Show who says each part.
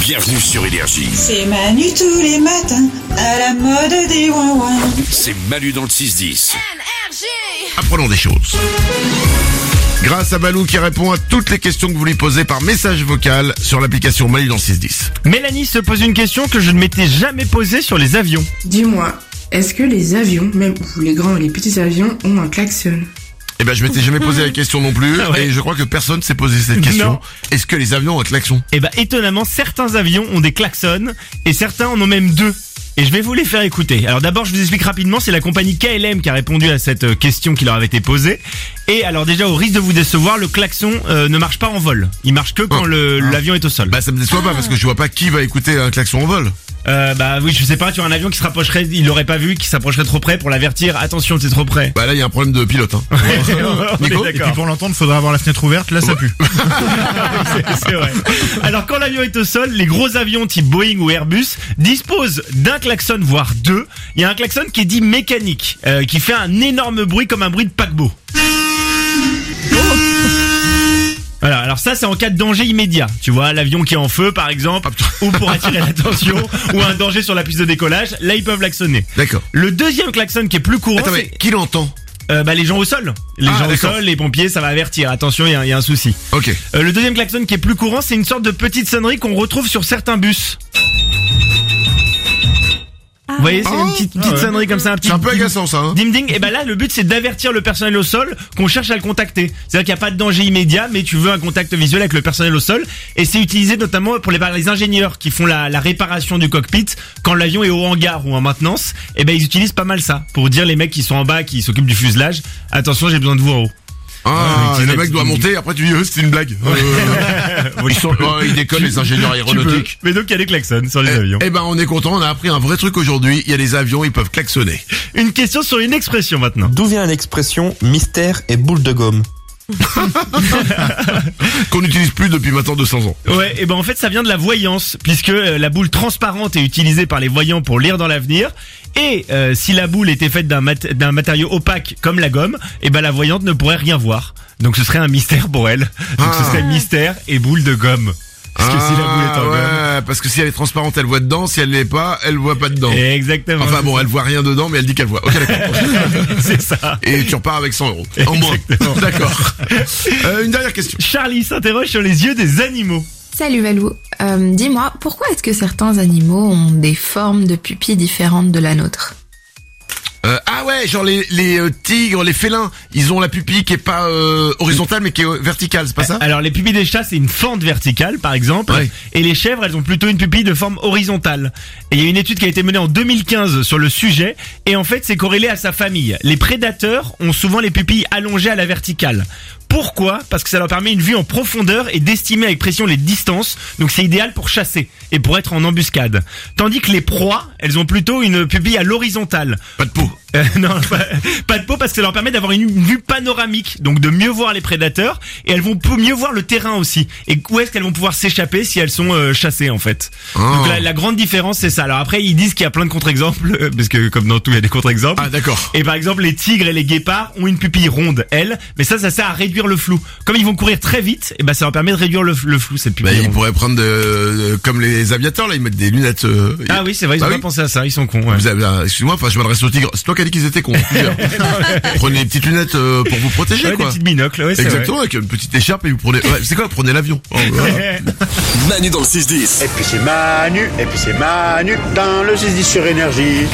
Speaker 1: Bienvenue sur Énergie.
Speaker 2: C'est Manu tous les matins, à la mode des ouin
Speaker 1: C'est Malu dans le 6-10.
Speaker 3: Apprenons des choses. Grâce à Balou qui répond à toutes les questions que vous lui posez par message vocal sur l'application Malu dans le 610.
Speaker 4: Mélanie se pose une question que je ne m'étais jamais posée sur les avions.
Speaker 5: Dis-moi, est-ce que les avions, même ou les grands et les petits avions, ont un klaxon
Speaker 3: Eh ben je m'étais jamais posé la question non plus
Speaker 4: Ah ouais.
Speaker 3: et je crois que personne s'est posé cette question.
Speaker 4: Non.
Speaker 3: Est-ce que les avions ont un klaxon
Speaker 4: Et bah étonnamment, certains avions ont des klaxons et certains en ont même deux. Et je vais vous les faire écouter. Alors d'abord, je vous explique rapidement, c'est la compagnie KLM qui a répondu à cette euh, question qui leur avait été posée. Et alors déjà, au risque de vous décevoir, le klaxon euh, ne marche pas en vol. Il marche que quand
Speaker 3: Ah.
Speaker 4: le- l'avion est au sol.
Speaker 3: Bah ça me déçoit
Speaker 4: Ah.
Speaker 3: pas parce que je vois pas qui va écouter un klaxon en vol.
Speaker 4: Euh, bah oui, je sais pas, tu as un avion qui se rapprocherait, il l'aurait pas vu, qui s'approcherait trop près pour l'avertir, attention, t'es trop près.
Speaker 3: Bah là il y a un problème de pilote. Hein.
Speaker 4: On est
Speaker 3: Nico,
Speaker 4: d'accord.
Speaker 6: Pour l'entendre, faudra avoir la fenêtre ouverte. Là, ça pue.
Speaker 4: C'est- c'est vrai. Alors quand l'avion est au sol, les gros avions type Boeing ou Airbus disposent d'un klaxon voire deux. Il y a un klaxon qui est dit mécanique, euh, qui fait un énorme bruit comme un bruit de paquebot.
Speaker 6: Oh.
Speaker 4: Voilà, alors ça c'est en cas de danger immédiat, tu vois, l'avion qui est en feu par exemple, ou pour attirer l'attention, ou un danger sur la piste de décollage, là ils peuvent klaxonner.
Speaker 3: D'accord.
Speaker 4: Le deuxième klaxon qui est plus courant,
Speaker 3: Attends mais
Speaker 4: c'est
Speaker 3: qui l'entend
Speaker 4: euh, bah, les gens au sol. Les
Speaker 3: Ah,
Speaker 4: gens au
Speaker 3: d'accord.
Speaker 4: sol, les pompiers, ça va avertir, attention, il y a- il y, a un souci.
Speaker 3: Ok.
Speaker 4: Euh, le deuxième klaxon qui est plus courant, c'est une sorte de petite sonnerie qu'on retrouve sur certains bus. Vous voyez, c'est
Speaker 3: Ah
Speaker 4: une
Speaker 3: ouais.
Speaker 4: petite, petite sonnerie comme ça, un petit
Speaker 3: C'est un peu
Speaker 4: ding-
Speaker 3: agaçant ça. Hein
Speaker 4: ding ding. Et ben là, le but c'est d'avertir le personnel au sol qu'on cherche à le contacter. C'est-à-dire qu'il n'y a pas de danger immédiat, mais tu veux un contact visuel avec le personnel au sol. Et c'est utilisé notamment pour les, par les ingénieurs qui font la, la réparation du cockpit quand l'avion est au hangar ou en maintenance. Et ben ils utilisent pas mal ça pour dire les mecs qui sont en bas, qui s'occupent du fuselage, attention, j'ai besoin de vous en haut.
Speaker 3: ah,
Speaker 4: Ouais,
Speaker 3: et le
Speaker 4: petit-
Speaker 3: mec doit monter après tu dis euh, c'est une blague. Euh, ils sont oh, ils déconnent les ingénieurs aéronautiques.
Speaker 4: Mais donc il y a des klaxons sur les avions.
Speaker 3: Eh ben on est content, on a appris un vrai truc aujourd'hui, il y a des avions, ils peuvent klaxonner.
Speaker 4: Une question sur une expression maintenant.
Speaker 7: D'où vient l'expression mystère et boule de gomme
Speaker 3: qu'on n'utilise plus depuis maintenant 200 ans.
Speaker 4: Ouais, et ben en fait ça vient de la voyance, puisque euh, la boule transparente est utilisée par les voyants pour lire dans l'avenir. Et euh, si la boule était faite d'un mat- d'un matériau opaque comme la gomme, et ben la voyante ne pourrait rien voir. Donc ce serait un mystère pour elle. Donc ce
Speaker 3: Ah.
Speaker 4: serait mystère et boule de gomme. Parce que si la boule est en gomme.
Speaker 3: ouais, parce que si elle est transparente, elle voit dedans, si elle l'est pas, elle voit pas dedans.
Speaker 4: Eh, Exactement.
Speaker 3: Enfin bon, elle voit rien dedans, mais elle dit qu'elle voit. Ok, d'accord.
Speaker 4: c'est ça.
Speaker 3: Et tu repars avec 100 euros. En moins. D'accord. Euh, une dernière question.
Speaker 4: Charlie s'interroge sur les yeux des animaux.
Speaker 8: Salut Valou, Euh, dis-moi, pourquoi est-ce que certains animaux ont des formes de pupilles différentes de la nôtre
Speaker 3: Euh, ah ouais, genre les, les euh, tigres, les félins, ils ont la pupille qui est pas euh, horizontale, mais qui est euh, verticale, c'est pas ça
Speaker 4: Alors les pupilles des chats c'est une fente verticale par exemple
Speaker 3: Ouais.
Speaker 4: et les chèvres elles ont plutôt une pupille de forme horizontale. Et il y a une étude qui a été menée en 2015 sur le sujet et en fait c'est corrélé à sa famille. Les prédateurs ont souvent les pupilles allongées à la verticale. Pourquoi Parce que ça leur permet une vue en profondeur et d'estimer avec pression les distances. Donc c'est idéal pour chasser et pour être en embuscade. Tandis que les proies, elles ont plutôt une pupille à l'horizontale.
Speaker 3: Pas de peau.
Speaker 4: Euh, non, pas, pas de peau parce que ça leur permet d'avoir une, une vue panoramique, donc de mieux voir les prédateurs et elles vont peu- mieux voir le terrain aussi. Et où est-ce qu'elles vont pouvoir s'échapper si elles sont euh, chassées en fait
Speaker 3: Ah.
Speaker 4: Donc la, la grande différence c'est ça. Alors après ils disent qu'il y a plein de contre-exemples euh, parce que comme dans tout il y a des contre-exemples.
Speaker 3: Ah d'accord.
Speaker 4: Et par exemple, les tigres et les guépards ont une pupille ronde, elles, mais ça, ça sert à réduire le flou. Comme ils vont courir très vite, et ben ça leur permet de réduire le, le flou cette
Speaker 3: Bah,
Speaker 4: pupille
Speaker 3: ils
Speaker 4: ronde.
Speaker 3: pourraient prendre de, de- comme les aviateurs là, ils mettent des lunettes. euh,
Speaker 4: Ah oui, c'est vrai, ils
Speaker 3: Bah
Speaker 4: ont
Speaker 3: oui.
Speaker 4: pas pensé à ça, ils sont cons. ouais.
Speaker 3: Vous avez- ah, Excuse-moi, enfin je m'adresse aux tigres. C'est toi qui as dit qu'ils étaient cons. plusieurs. prenez des petites lunettes euh, pour vous protéger,
Speaker 4: Ouais, des
Speaker 3: quoi.
Speaker 4: petites binocles, ouais, c'est vrai.
Speaker 3: Exactement, avec une petite écharpe et vous prenez. Ouais, c'est quoi Prenez l'avion. Oh, voilà.
Speaker 1: Manu dans le 6-10.
Speaker 9: Et puis c'est Manu, et puis c'est Manu dans le 6 sur énergie.